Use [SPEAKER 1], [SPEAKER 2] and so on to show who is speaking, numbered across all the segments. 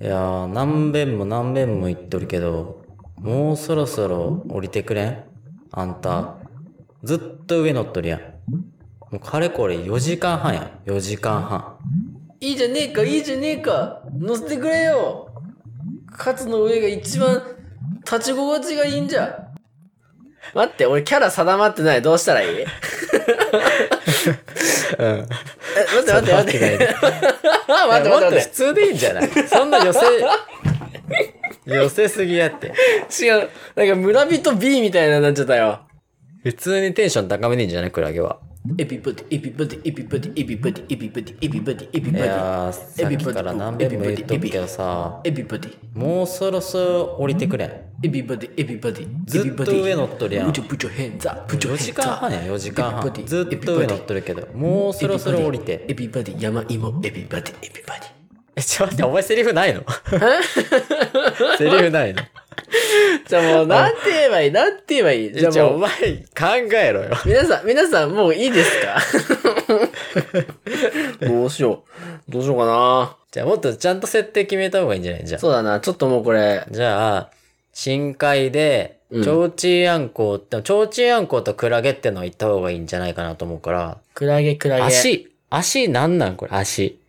[SPEAKER 1] いやー、何遍も何遍も言っとるけど、もうそろそろ降りてくれんあんた、ずっと上乗っとるやん。もうかれこれ4時間半や。4時間半。
[SPEAKER 2] いいじゃねえか、いいじゃねえか。乗せてくれよ。カツの上が一番立ち心地がいいんじゃ。待って、俺キャラ定まってない。どうしたらいいえ
[SPEAKER 1] うん。
[SPEAKER 2] 待って待って待って。待って
[SPEAKER 1] もっ
[SPEAKER 2] 待
[SPEAKER 1] と
[SPEAKER 2] って
[SPEAKER 1] 普通でいいんじゃないそんな寄せ、寄せすぎやって。
[SPEAKER 2] 待って。違う。なんか村人 B みたいになっちゃったよ。
[SPEAKER 1] 普通にテンション高めでいいんじゃないクラゲは。
[SPEAKER 2] エピブティ、エピブティ、エピブティ、エピブティ、エピブティ、エピブティ、エピ
[SPEAKER 1] い
[SPEAKER 2] ブティ、
[SPEAKER 1] やー、さっきから何遍も言っとるけどさ、
[SPEAKER 2] エピブティ、
[SPEAKER 1] もうそろそろ降りてくれん。
[SPEAKER 2] エピブティ、エピブティ、
[SPEAKER 1] ずっと上乗っとるやん
[SPEAKER 2] プチョプチョヘンザ、プチ
[SPEAKER 1] 4
[SPEAKER 2] ョ
[SPEAKER 1] 時間半や、4時間半。ずっと上乗っとるけど、もうそろそろ降りて。
[SPEAKER 2] エピバディ、山芋、エピバディ、エピバデ
[SPEAKER 1] え、ちょっと待って、お前セリフないのセリフないの
[SPEAKER 2] ィ。じゃあもう、なんて言えばいいなんて言えばいい
[SPEAKER 1] じ
[SPEAKER 2] じ
[SPEAKER 1] ゃ
[SPEAKER 2] ゃ
[SPEAKER 1] あ
[SPEAKER 2] あ
[SPEAKER 1] お
[SPEAKER 2] もう、
[SPEAKER 1] 前考えろよ。
[SPEAKER 2] 皆さん、皆さん、もういいです かどうしよう。どうしようかな。
[SPEAKER 1] じゃあもっとちゃんと設定決めた方がいいんじゃないじゃあ。
[SPEAKER 2] そうだな、ちょっともうこれ、
[SPEAKER 1] じゃあ、深海で、
[SPEAKER 2] うん
[SPEAKER 1] ちょうちんあんこうって、ちょうちんあんこうとクラゲってのは言った方がいいんじゃないかなと思うから、
[SPEAKER 2] クラゲ、クラゲ。
[SPEAKER 1] 足、足なんなんこれ、足。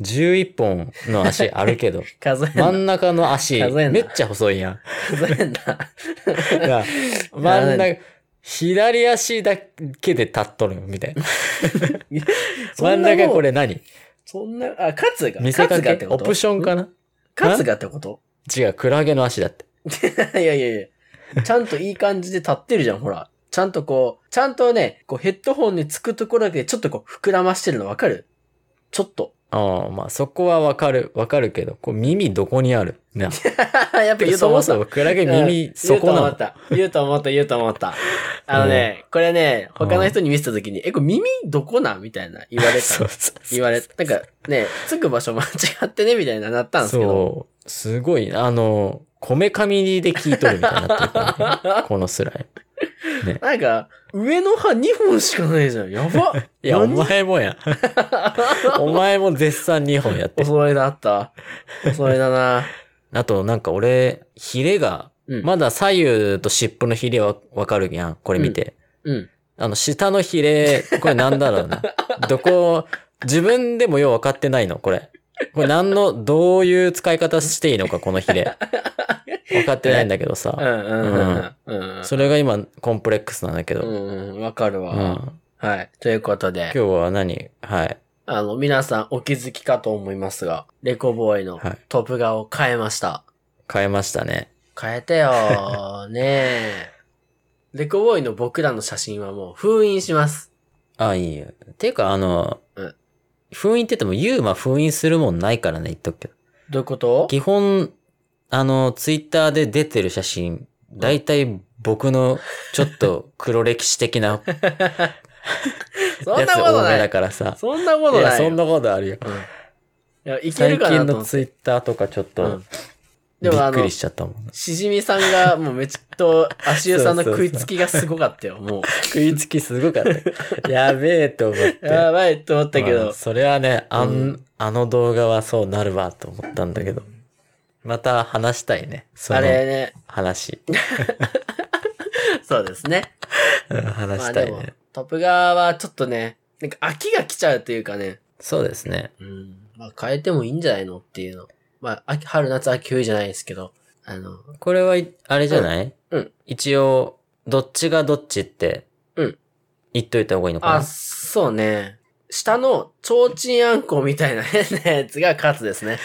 [SPEAKER 1] 11本の足あるけ ど、
[SPEAKER 2] 数えん
[SPEAKER 1] 真
[SPEAKER 2] な。
[SPEAKER 1] ん中の足、
[SPEAKER 2] 数えん
[SPEAKER 1] め
[SPEAKER 2] な
[SPEAKER 1] っちゃ細い やん。
[SPEAKER 2] 数えんな。
[SPEAKER 1] いや真ん中、左足だけで立っとるみたいな。真ん中こ
[SPEAKER 2] れ。
[SPEAKER 1] れ何
[SPEAKER 2] そんな、あ、カツが。
[SPEAKER 1] 見せ
[SPEAKER 2] カ
[SPEAKER 1] か
[SPEAKER 2] ツがっ
[SPEAKER 1] け
[SPEAKER 2] てこ
[SPEAKER 1] オ
[SPEAKER 2] と
[SPEAKER 1] プションかな
[SPEAKER 2] カツがってこと
[SPEAKER 1] 違う、クラゲの足だって。
[SPEAKER 2] いやいやいや。ちゃんといい感じで立ってるじゃん、ほら。ちゃんとこう、ちゃんとね、こうヘッドホンにつくところだけでちょっとこう膨らましてるのわかるちょっと。
[SPEAKER 1] ああ、まあそこはわかる、わかるけど、こう耳どこにあるな
[SPEAKER 2] やっぱ言うと
[SPEAKER 1] そ
[SPEAKER 2] 思
[SPEAKER 1] も
[SPEAKER 2] った
[SPEAKER 1] そ。もクラゲ
[SPEAKER 2] う
[SPEAKER 1] 耳
[SPEAKER 2] ん
[SPEAKER 1] そこな
[SPEAKER 2] 言うと思
[SPEAKER 1] の
[SPEAKER 2] っ。た。言うと思った、言うと思った。あのね、これね、他の人に見せた時に、え、これ耳どこなんみたいな言われ
[SPEAKER 1] そ
[SPEAKER 2] た
[SPEAKER 1] う。そうそう
[SPEAKER 2] 言われ、なんかね、つく場所間違ってね、みたいななったんですけど。
[SPEAKER 1] そう。すごい、あの、こめかみで聞いとるみたいになってるからね このスライ
[SPEAKER 2] なんか、上の歯2本しかないじゃん。やば
[SPEAKER 1] ム。いや、お
[SPEAKER 2] 何
[SPEAKER 1] 前もや。 お前も絶賛2本やって
[SPEAKER 2] お
[SPEAKER 1] る。
[SPEAKER 2] 揃いだった。お揃いだな。
[SPEAKER 1] あと、なんか俺、ヒレが、
[SPEAKER 2] うん
[SPEAKER 1] まだ左右と尻尾のヒレはわかるやん。これ見て。
[SPEAKER 2] うん。
[SPEAKER 1] あの、下のヒレ、これなんだろう な。どこ、自分でもよう分かってないの、これ。これ何の、どういう使い方していいのか、このヒレ。分かってないんだけど
[SPEAKER 2] うんう
[SPEAKER 1] さ。
[SPEAKER 2] んうんうん。うん。
[SPEAKER 1] それが今、コンプレックスなんだけ
[SPEAKER 2] う
[SPEAKER 1] ど。
[SPEAKER 2] んうん、わかる
[SPEAKER 1] う
[SPEAKER 2] わ、
[SPEAKER 1] ん。今
[SPEAKER 2] はい。ということ
[SPEAKER 1] 日
[SPEAKER 2] で、
[SPEAKER 1] は何はい。
[SPEAKER 2] あの、皆さんお気づきかと思いますが、レコボーイの
[SPEAKER 1] はい
[SPEAKER 2] トップガを変えました。
[SPEAKER 1] 変えましたね。
[SPEAKER 2] 変えて よーねえ。レコボーイの僕らの写真はもう封印します。
[SPEAKER 1] あ、いいよ。ていうか、あの
[SPEAKER 2] うん、
[SPEAKER 1] 封印って言っても、ユーマ封印するもんないからね、言っとくけど。
[SPEAKER 2] どういうこと
[SPEAKER 1] 基本、あの、ツイッターで出てる写真、だいたい僕のちょっと黒歴史的な
[SPEAKER 2] そん
[SPEAKER 1] やつ
[SPEAKER 2] なこと
[SPEAKER 1] 多め
[SPEAKER 2] な
[SPEAKER 1] だ
[SPEAKER 2] い。
[SPEAKER 1] からさ。
[SPEAKER 2] そんなこ
[SPEAKER 1] い
[SPEAKER 2] と
[SPEAKER 1] や、
[SPEAKER 2] ないよ。
[SPEAKER 1] そんなことあるよ。
[SPEAKER 2] うん。いや、いけ
[SPEAKER 1] 最
[SPEAKER 2] るか
[SPEAKER 1] 近
[SPEAKER 2] なと思
[SPEAKER 1] の
[SPEAKER 2] って。
[SPEAKER 1] ツイッターとかちょっ
[SPEAKER 2] う
[SPEAKER 1] と
[SPEAKER 2] ん、
[SPEAKER 1] び
[SPEAKER 2] でもあ
[SPEAKER 1] っ
[SPEAKER 2] の
[SPEAKER 1] くりしちゃったもん。
[SPEAKER 2] しじみさんが、もうめっちゃと、 足湯さんの食いつきがすごかったよ、も
[SPEAKER 1] 食いつきすごか った。やべえと思って。
[SPEAKER 2] う。やばいと思ったけ
[SPEAKER 1] まあ
[SPEAKER 2] ど、
[SPEAKER 1] それはね、あん、
[SPEAKER 2] う
[SPEAKER 1] あの動画はそうなるわと思ったんだけど。また話したいね。そ
[SPEAKER 2] あれ
[SPEAKER 1] の
[SPEAKER 2] ね、
[SPEAKER 1] 話。
[SPEAKER 2] そうですね。
[SPEAKER 1] うん話
[SPEAKER 2] まあ
[SPEAKER 1] した
[SPEAKER 2] で
[SPEAKER 1] い
[SPEAKER 2] も
[SPEAKER 1] ね。、
[SPEAKER 2] トップ側はちょっとね、なんか飽きが来ちゃうというかね、
[SPEAKER 1] そうですね。
[SPEAKER 2] うん、まあ変えてもいいんじゃないのっていうの。まあ、秋、春、夏、秋、冬じゃないですけど、あの、
[SPEAKER 1] これは、いあれじゃない、
[SPEAKER 2] うんうん
[SPEAKER 1] 一応、どっちがどっちって、
[SPEAKER 2] うん
[SPEAKER 1] 言っといた方がいいのか
[SPEAKER 2] あ、
[SPEAKER 1] な
[SPEAKER 2] そうね。下の、ちょうちんあんこみたいな変なやつが勝つですね。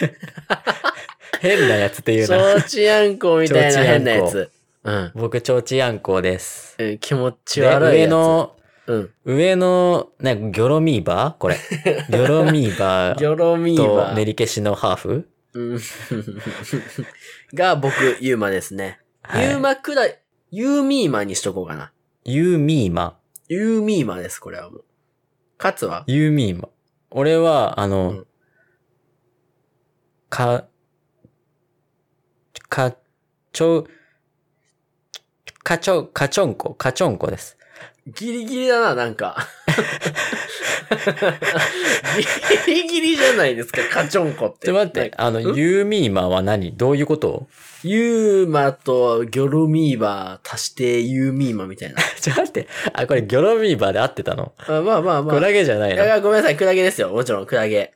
[SPEAKER 1] 変なやつ って言う
[SPEAKER 2] ち
[SPEAKER 1] な。
[SPEAKER 2] ょうちんあんこみたいな変なやつ。うん。
[SPEAKER 1] 僕、ちょうちんあんこうです。
[SPEAKER 2] うん気持ち
[SPEAKER 1] で
[SPEAKER 2] 悪いや
[SPEAKER 1] 上、
[SPEAKER 2] つ。
[SPEAKER 1] の、
[SPEAKER 2] うん。
[SPEAKER 1] 上の、ね、ギョロミーバー これ。ギョロミーバ
[SPEAKER 2] ギ
[SPEAKER 1] ー
[SPEAKER 2] ョロミーバ
[SPEAKER 1] と
[SPEAKER 2] ー。
[SPEAKER 1] 練り消しのハーフ
[SPEAKER 2] うん が僕、ユーマですね。
[SPEAKER 1] はい
[SPEAKER 2] ユーマくらい、ユーミーマにしとこうかな。
[SPEAKER 1] ユーミーマ。
[SPEAKER 2] ユーミーマです、これはもう。カツは
[SPEAKER 1] ユーミーマ。俺は、あの、
[SPEAKER 2] うん
[SPEAKER 1] か、か、ちょう、かちょ、かちょんこ、かちょんこです。
[SPEAKER 2] ギリギリだな、なんか。ギリギリじゃないですか、カチョンコって。
[SPEAKER 1] ちょ、待って、あの、
[SPEAKER 2] ん
[SPEAKER 1] ユーミーマーは何どういうこと
[SPEAKER 2] ユーマとギョロミーバー足してユーミーマみたいな。
[SPEAKER 1] ちょ、待って、あ、これギョロミーバーで合ってたの
[SPEAKER 2] あまあまあまあ。
[SPEAKER 1] クラゲじゃない
[SPEAKER 2] いやい
[SPEAKER 1] の
[SPEAKER 2] やごめんなさい、クラゲですよ。もちろん、クラゲ。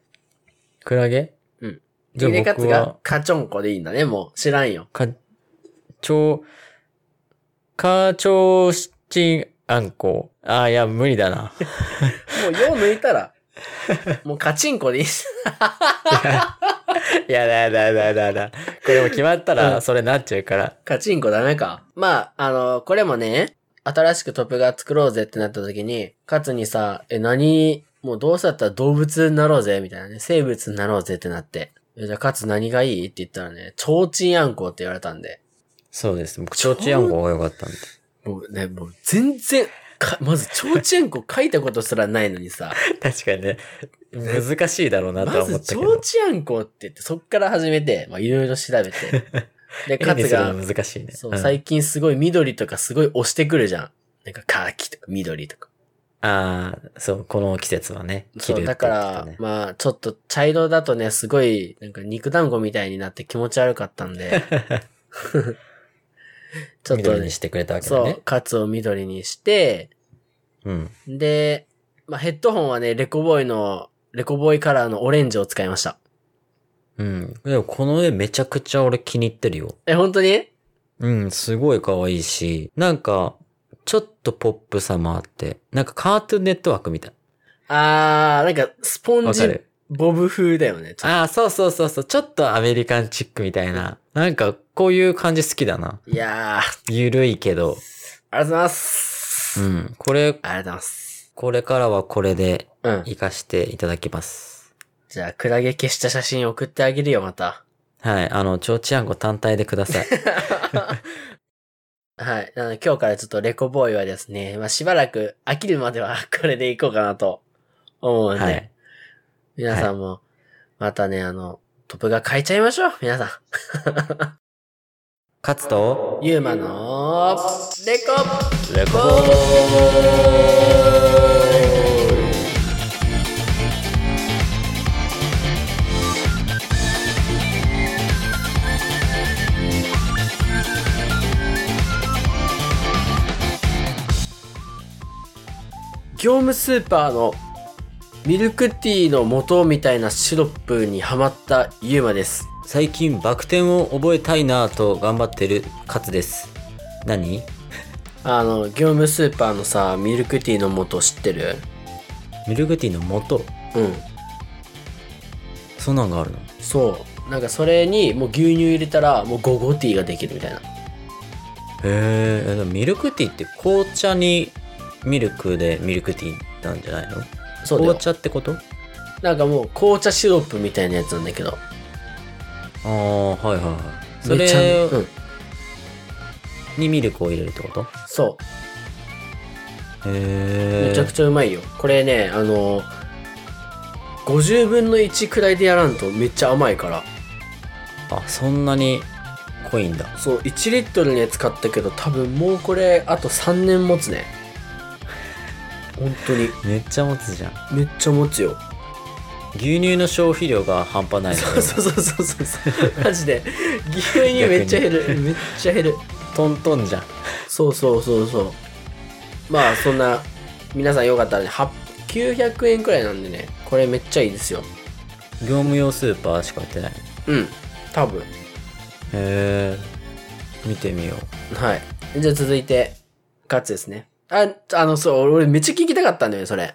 [SPEAKER 1] クラゲ
[SPEAKER 2] うん。
[SPEAKER 1] じゃ
[SPEAKER 2] ヒレ
[SPEAKER 1] あ
[SPEAKER 2] カ
[SPEAKER 1] 僕
[SPEAKER 2] ツが
[SPEAKER 1] は、
[SPEAKER 2] カチョンコでいいんだね、もう。知らんよ。
[SPEAKER 1] か、ちょう、かちょうしちんあんこ。あ、いや、無理だな。
[SPEAKER 2] もう、用抜いたら、もうカチンコでいいし。
[SPEAKER 1] いやだやだやだやだやだ。これも決まった
[SPEAKER 2] う
[SPEAKER 1] ら、
[SPEAKER 2] ん
[SPEAKER 1] それなっちゃうから。
[SPEAKER 2] カチンコダメか。まあ、あの、これもね、新しくトップガー作ろうぜってなった時に、カツにさ、え、何、もうどうせだったら動物になろうぜ、みたいなね。生物になろうぜってなって。えじゃあ、カツ何がいいって言ったらね、ちょうちんあんこって言われたんで。
[SPEAKER 1] そうです。僕、ちょうちんあんこが良かったんで。
[SPEAKER 2] もうね、もう全然、か、まず、ちょうちんこ書いたことすらないのにさ、
[SPEAKER 1] 確かにね、難しいだろうなと
[SPEAKER 2] ま
[SPEAKER 1] は思っ
[SPEAKER 2] ず、
[SPEAKER 1] た
[SPEAKER 2] ち
[SPEAKER 1] け
[SPEAKER 2] ょ
[SPEAKER 1] ど
[SPEAKER 2] う。ちんこって言って、そっから始めて、まあ、いろいろ調べて。 で、
[SPEAKER 1] 絵
[SPEAKER 2] カ
[SPEAKER 1] に
[SPEAKER 2] ツ
[SPEAKER 1] する
[SPEAKER 2] が、
[SPEAKER 1] の難しいね。
[SPEAKER 2] そうう、
[SPEAKER 1] ん
[SPEAKER 2] 最近すごい緑とかすごい押してくるじゃん。なんか、柿とか緑とか。
[SPEAKER 1] ああ、そう、この季節はね、着
[SPEAKER 2] そ
[SPEAKER 1] るっ
[SPEAKER 2] う、
[SPEAKER 1] て
[SPEAKER 2] だ
[SPEAKER 1] 言
[SPEAKER 2] か
[SPEAKER 1] ってた
[SPEAKER 2] ら
[SPEAKER 1] ね、。
[SPEAKER 2] まあ、ちょっと茶色だとね、すごい、なんか肉団子みたいになって気持ち悪かった んで。ちょっと
[SPEAKER 1] 緑
[SPEAKER 2] ね
[SPEAKER 1] に、してくれたわけだ
[SPEAKER 2] そ
[SPEAKER 1] ね
[SPEAKER 2] う、。カツを緑にして、
[SPEAKER 1] うん。
[SPEAKER 2] で、まあ、ヘッドホンはね、レコボーイの、レコボーイカラーのオレンジを使いました。
[SPEAKER 1] うん。でもこの絵めちゃくちゃ俺気に入ってるよ。
[SPEAKER 2] え、本当に
[SPEAKER 1] うん、すごい可愛いし、なんか、ちょっとポップさもあって、なんかカートゥーンネットワークみたい。
[SPEAKER 2] あー、なんか、スポン
[SPEAKER 1] わか
[SPEAKER 2] ジ
[SPEAKER 1] る
[SPEAKER 2] ボブ風だよね。ちょっ
[SPEAKER 1] ああ、そうそうそうそう、ちょっとアメリカンチックみたいな。なんか、こういう感じ好きだな。
[SPEAKER 2] といやー、
[SPEAKER 1] ゆるいけど。
[SPEAKER 2] ありがとうございま
[SPEAKER 1] う
[SPEAKER 2] す。
[SPEAKER 1] ん。これ、
[SPEAKER 2] ありがとうございます。
[SPEAKER 1] これからはこれで
[SPEAKER 2] うん。
[SPEAKER 1] 活かしていただきます。
[SPEAKER 2] じゃあ、クラゲ消した写真送ってあげるよ、また。
[SPEAKER 1] はい。あの、ちょうちあんこ単体でくだ さい。
[SPEAKER 2] はい。なので、今日からちょっとレコボーイはですね、まあ、しばらく飽きるまでは これでいこうかなと思うんで、
[SPEAKER 1] はい。
[SPEAKER 2] 皆さんも、またね、あの、トップが変えちゃいましょう、皆さん。
[SPEAKER 1] 勝つと、
[SPEAKER 2] ユーマのレコ
[SPEAKER 1] レコ
[SPEAKER 2] ボーイ業務スーパーのミルクティーの元みたいなシロップにハマったユーマです。
[SPEAKER 1] 最近バク転を覚えたいなぁと頑張ってる勝です。何
[SPEAKER 2] あの、業務スーパーのさ、ミルクティーの元知ってる
[SPEAKER 1] ミルクティーの素
[SPEAKER 2] うん。
[SPEAKER 1] そんなんがあるの
[SPEAKER 2] そう。なんかそれにもう牛乳入れたらもうゴゴティーができるみたいな。
[SPEAKER 1] へえ、でもミルクティーって紅茶にミルクでミルクティーなんじゃないの
[SPEAKER 2] そうだよ
[SPEAKER 1] 紅。茶ってことあ
[SPEAKER 2] なんかもう紅茶シロップみたいなやつなんだけど。
[SPEAKER 1] あー、はいはいはい。そ
[SPEAKER 2] めちゃ
[SPEAKER 1] れ
[SPEAKER 2] うん。
[SPEAKER 1] にミルクを入れるってこと
[SPEAKER 2] そ
[SPEAKER 1] へ
[SPEAKER 2] う。
[SPEAKER 1] え。
[SPEAKER 2] めちゃくちゃうまいよ。これね、あの、50分の1くらいでやらんとめっちゃ甘いから。
[SPEAKER 1] あ、そんなに濃いんだ。
[SPEAKER 2] そう、1リットルね、使ったけど多分もうこれあと3年持つね。本当に。
[SPEAKER 1] めっちゃ持つじゃん。
[SPEAKER 2] めっちゃ持つよ。
[SPEAKER 1] 牛乳の消費量が半端ないの
[SPEAKER 2] そうそうそうそう そう。マジで。牛乳めっちゃ減る。めっちゃ減る。
[SPEAKER 1] トントンじゃん。
[SPEAKER 2] そうそうそうそう。まあそんな、皆さんよかったらね、は900円くらいなんでね、これめっちゃいいですよ。
[SPEAKER 1] 業務用スーパーしか売ってない。
[SPEAKER 2] うん。多分。
[SPEAKER 1] へえ見てみよう
[SPEAKER 2] はい。じゃあ続いて、カツですね。あ、あの、そう、俺めっちゃ聞きたかったんだよね、それ。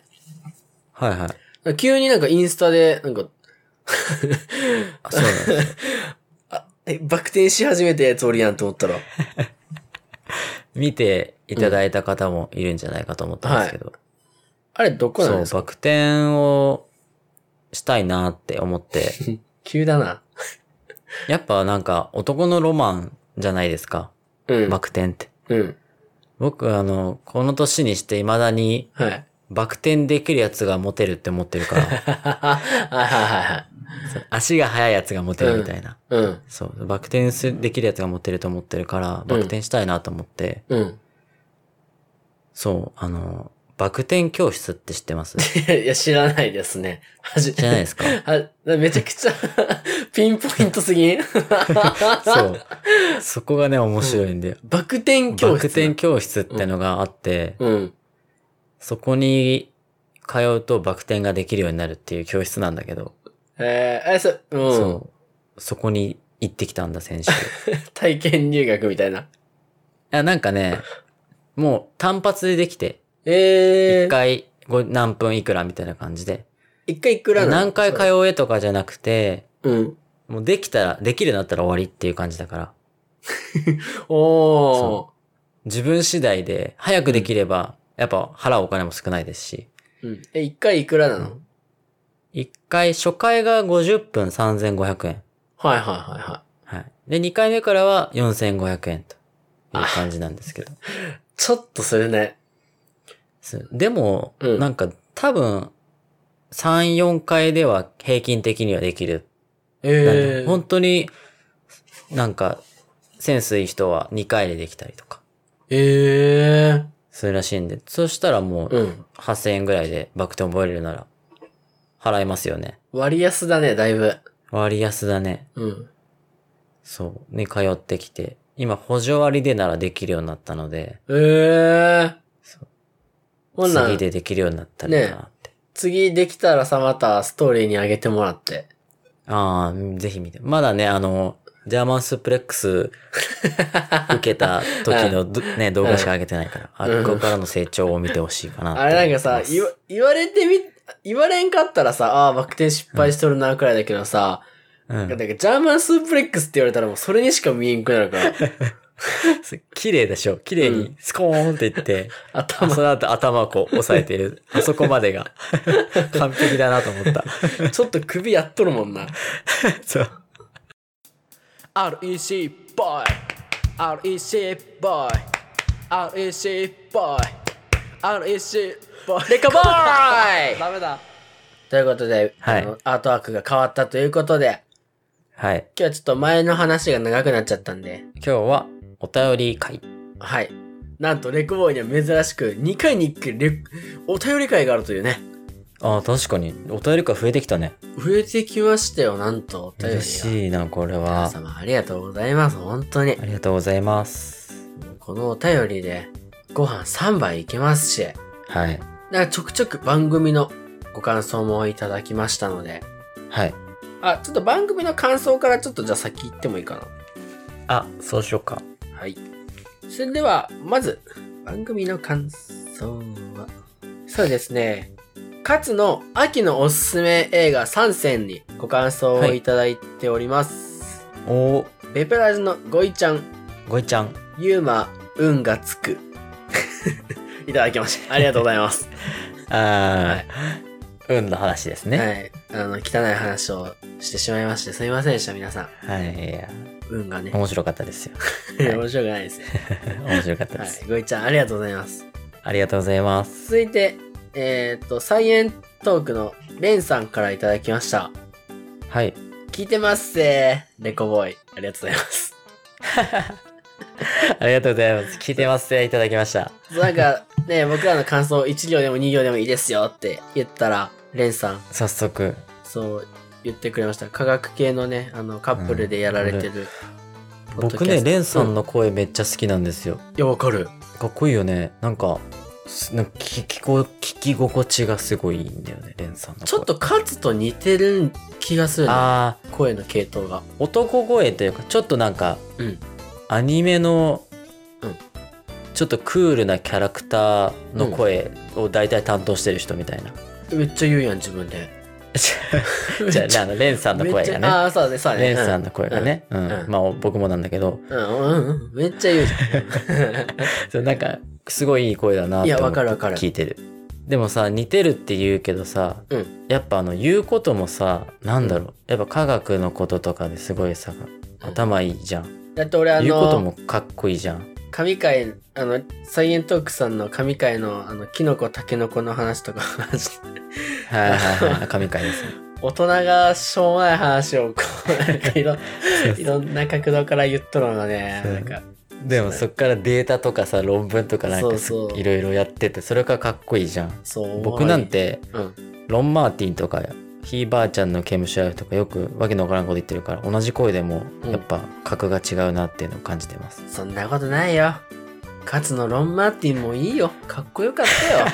[SPEAKER 1] はいはい
[SPEAKER 2] 急になんかインスタで、なんか、
[SPEAKER 1] あそうなんです
[SPEAKER 2] あ、え、バク転し始めたやつおりやんと思ったら。
[SPEAKER 1] 見ていただいた方もいるんじゃないかと思ったんですけど、
[SPEAKER 2] あれ、どこなんです
[SPEAKER 1] そ
[SPEAKER 2] か
[SPEAKER 1] うバク転をしたいなって思って
[SPEAKER 2] 急だな。
[SPEAKER 1] やっぱなんか男のロマンじゃないですか
[SPEAKER 2] うん。
[SPEAKER 1] バク転って
[SPEAKER 2] うん。
[SPEAKER 1] 僕あのこの年にして未だに
[SPEAKER 2] はい。
[SPEAKER 1] バク転できるやつがモテるって思ってるから
[SPEAKER 2] はいはいは
[SPEAKER 1] そう足が速いやつがモテるみたいな、
[SPEAKER 2] いはい。うん。
[SPEAKER 1] そうバク転すできるやつがモテると思ってるからバク転したいなと思って、
[SPEAKER 2] うん。
[SPEAKER 1] そう、あの、バク転教室って知ってます
[SPEAKER 2] いやいや、知らないですね。はじ、
[SPEAKER 1] じゃないですか
[SPEAKER 2] あ、めちゃくちゃ、 ピンポイントすぎ ん
[SPEAKER 1] そう。そこがね、面白いんだよ。
[SPEAKER 2] バク転
[SPEAKER 1] バ
[SPEAKER 2] 教
[SPEAKER 1] ク
[SPEAKER 2] 室。
[SPEAKER 1] 転教室ってのがあって、
[SPEAKER 2] うん。
[SPEAKER 1] そこに通うとバク転ができるようになるっていう教室なんだけど、
[SPEAKER 2] えー、あれそ、うん。
[SPEAKER 1] そう。そこに行ってきたんだ、 先週。い
[SPEAKER 2] 体験入学みたいな。
[SPEAKER 1] や、なんかね、もう単発でできて、
[SPEAKER 2] えー、
[SPEAKER 1] 一回ご何分いくらみたいな感じで。
[SPEAKER 2] 一回いくらなの
[SPEAKER 1] 何回通
[SPEAKER 2] う
[SPEAKER 1] えとかじゃなくて、
[SPEAKER 2] うん。
[SPEAKER 1] もうできたら、できるようになったら終わりっていう感じだから、
[SPEAKER 2] おー
[SPEAKER 1] そ。自分次第で早くできれば、やっぱ払うお金も少ないですし、
[SPEAKER 2] うん。え、一回いくらなの、
[SPEAKER 1] 一回、初回が50分3500円。
[SPEAKER 2] はいはいはいはい。
[SPEAKER 1] はい。で、2回目からは4500円という感じなんですけど。
[SPEAKER 2] ちょっとするね。
[SPEAKER 1] そうでも、
[SPEAKER 2] うん
[SPEAKER 1] なんか多分、3、4回では平均的にはできる。
[SPEAKER 2] えー、
[SPEAKER 1] 本当に、なんか、センスいい人は2回でできたりとか、
[SPEAKER 2] え
[SPEAKER 1] するらしいんで、そしたらも
[SPEAKER 2] ー、う。
[SPEAKER 1] うん8000円ぐらいでバク転覚えれるなら、払いますよね。
[SPEAKER 2] 割安だね、だいぶ。
[SPEAKER 1] 割安だね。
[SPEAKER 2] うん。
[SPEAKER 1] そう。に通ってきて、今補助割でならできるようになったので、
[SPEAKER 2] えー。ほんな
[SPEAKER 1] 次
[SPEAKER 2] ら、
[SPEAKER 1] でできるようになったらいいなって。
[SPEAKER 2] 次できたらさ、またストーリーに上げてもらって。
[SPEAKER 1] ああ、ぜひ見て。まだね、あの、ジャーマンスープレック ス受けた時のどね、動画しか上げてないから、あ
[SPEAKER 2] うん
[SPEAKER 1] ここからの成長を見てほしいかなと
[SPEAKER 2] あれなんかさ、言わ言われてみ、言われんかったらさ、ああー、バク転失敗しとるな、くらいだけどさ、
[SPEAKER 1] うん
[SPEAKER 2] なんかジャーマンスープレックスって言われたらもうそれにしか見えんくなるから、
[SPEAKER 1] 綺麗でしょ綺麗にスコーンって言 って、
[SPEAKER 2] 頭、
[SPEAKER 1] その後頭をこう押さえてる。あそこまで が完璧だなと思った。
[SPEAKER 2] ちょっと首やっとるもんな。
[SPEAKER 1] そう。
[SPEAKER 2] REC boy REC boy REC boy REC boy レカボ ーイダメだということで、
[SPEAKER 1] はい
[SPEAKER 2] あのアートワークが変わったということで
[SPEAKER 1] はい。
[SPEAKER 2] 今日はちょっと前の話が長くなっちゃったんで
[SPEAKER 1] 今日はお便り会。
[SPEAKER 2] はいなんとレコボーイには珍しく2回に1回レお便り会があるというね
[SPEAKER 1] ああ、確かに。お便り会増えてきたね。
[SPEAKER 2] 増えてきましたよなんとお便りが
[SPEAKER 1] 嬉しいな、これ
[SPEAKER 2] 皆
[SPEAKER 1] は。
[SPEAKER 2] 様ありがとうございます本当に
[SPEAKER 1] ありがとうございます。
[SPEAKER 2] このお便りでご飯3杯いけますし
[SPEAKER 1] はい。
[SPEAKER 2] なんかちょくちょく番組のご感想もいただきましたので。
[SPEAKER 1] はい。
[SPEAKER 2] あ、ちょっと番組の感想からちょっとじゃあ先行ってもいいか
[SPEAKER 1] あ、そうしようか。
[SPEAKER 2] な。はい。それでは、まず、番組の感想は。そうですね。かつの秋のおすすめ映画3選にご感想をいただいております。
[SPEAKER 1] おー、
[SPEAKER 2] ベペラージュのゴイちゃん、
[SPEAKER 1] ごいちゃん。
[SPEAKER 2] ユーマ、運がつく。 いただきました。ありがとうございます。
[SPEAKER 1] あー、運の話ですね。
[SPEAKER 2] はい。あの、汚い話をしてしまいまして、すいませんでした、皆さん。
[SPEAKER 1] はい。いや、
[SPEAKER 2] 運がね、
[SPEAKER 1] 面白かったですよ。
[SPEAKER 2] 面白くないです。
[SPEAKER 1] 面白かった
[SPEAKER 2] は
[SPEAKER 1] です。
[SPEAKER 2] い。ごいちゃん、ありがとうございます。
[SPEAKER 1] ありがとうございます。
[SPEAKER 2] 続いて、えーっと、サイエントークのレンさんからいただきました。
[SPEAKER 1] はい。
[SPEAKER 2] 聞いてますせー、レコボーイ。ありがとうござい ます。
[SPEAKER 1] ありがとうございます。聞いてますね。いただきました。
[SPEAKER 2] なんか、ね、僕らの感想1行でも2行でもいいですよって言ったら、レンさん、
[SPEAKER 1] 早速。
[SPEAKER 2] そう言ってくれました。科学系のね、あの、カップルでやられてる。ポッドキ
[SPEAKER 1] 僕
[SPEAKER 2] ャスト
[SPEAKER 1] ね、レンさんの声めっちゃ好きなんですよ。
[SPEAKER 2] いや、わかる。
[SPEAKER 1] かっこいいよね。なんか、すなんか聞きこ聞き心地がすごいいいんだよね、レンさんの声。
[SPEAKER 2] ちょっとカツと似てる気がするね。
[SPEAKER 1] あー、
[SPEAKER 2] 声の系統が。
[SPEAKER 1] 男声というか、ちょっとなんか、
[SPEAKER 2] うん。
[SPEAKER 1] アニメの、
[SPEAKER 2] うん
[SPEAKER 1] ちょっとクールなキャラクターの声を大体担当してる人みた いな。
[SPEAKER 2] めっちゃ言うやん、自分で。
[SPEAKER 1] じゃあ、あの、レンさんの声がね。
[SPEAKER 2] ああー、そうだね、そうだね。
[SPEAKER 1] レンさんの声がね。うん。
[SPEAKER 2] うん
[SPEAKER 1] まあ、僕もなんだけど、
[SPEAKER 2] うん。うん、うん、うん。めっちゃ言うじ
[SPEAKER 1] そうなんか、すごいいい声だなっ
[SPEAKER 2] い
[SPEAKER 1] て
[SPEAKER 2] や
[SPEAKER 1] 思
[SPEAKER 2] わ
[SPEAKER 1] っ
[SPEAKER 2] か
[SPEAKER 1] て
[SPEAKER 2] るわかる
[SPEAKER 1] 聞いてる。でもさ、似てるって言うけどさ、
[SPEAKER 2] ゃん。
[SPEAKER 1] やっぱあの、言うこともさ、なんだろう。やっぱ科学のこととかですごいさ、頭いいじゃん。
[SPEAKER 2] うん。だって俺あ
[SPEAKER 1] 言うこと
[SPEAKER 2] の、
[SPEAKER 1] もかっこいいじゃん。
[SPEAKER 2] 神回、あの、サイエントークさんの神回の、あの、キノコ、タケノコの話とか、マジで
[SPEAKER 1] はいはい はい。神回ですね。
[SPEAKER 2] 大人がしょうもない話を、こう、なんかいろ、
[SPEAKER 1] そうそう
[SPEAKER 2] いろんな角度から言っとるのがね、
[SPEAKER 1] そう
[SPEAKER 2] なんか、
[SPEAKER 1] でもそっからデータとかさ論文とかなんか
[SPEAKER 2] そうそう
[SPEAKER 1] いろいろやっててそれがかっこいいじゃん
[SPEAKER 2] そう
[SPEAKER 1] 僕なん、て
[SPEAKER 2] お前うん、
[SPEAKER 1] ロン・マーティンとかひいばあちゃんの刑務所ライフとかよくわけのわからんこと言ってるから同じ声でも
[SPEAKER 2] うん
[SPEAKER 1] やっぱ格が違うなっていうのを感じてます、
[SPEAKER 2] そんなことないよ。勝つのロン・マーティンもいいよ。かっこよかっ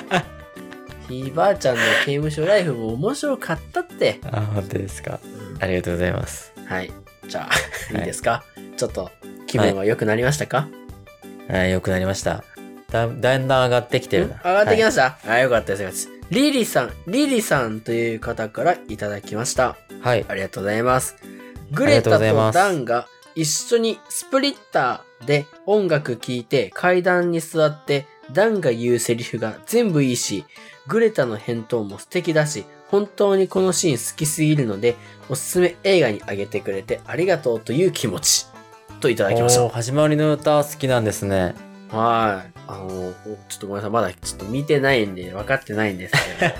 [SPEAKER 2] たよ。 ひいばあちゃんの刑務所ライフも面白かったって。
[SPEAKER 1] あ本当ですかありがとうございます
[SPEAKER 2] はい。じゃあ、
[SPEAKER 1] はい
[SPEAKER 2] いいですか、ちょっと気分は良くなりましたか、
[SPEAKER 1] はい良くなりましただだんだん上がってきて
[SPEAKER 2] ん
[SPEAKER 1] る
[SPEAKER 2] 上
[SPEAKER 1] な
[SPEAKER 2] がってき
[SPEAKER 1] は
[SPEAKER 2] ました、あ、よかったですよかったです。リリさん、リリさんという方からいただきました。
[SPEAKER 1] い、はい
[SPEAKER 2] ありがとうございます。グ
[SPEAKER 1] り
[SPEAKER 2] レ
[SPEAKER 1] がとう
[SPEAKER 2] タ
[SPEAKER 1] ご
[SPEAKER 2] と
[SPEAKER 1] ざいます
[SPEAKER 2] ダンが一緒にスプリッターで音楽聴いて階段に座ってダンが言うセリフが全部いいし、グレタの返答も素敵だし、本当にこのシーン好きすぎるので、おすすめ映画にあげてくれてありがとうという気持ち。といただきまし
[SPEAKER 1] おー始まりの歌好きなんですね
[SPEAKER 2] た。はい。あの、ちょっとごめんなさい。まだちょっと見てないんで、分かってないんです けど。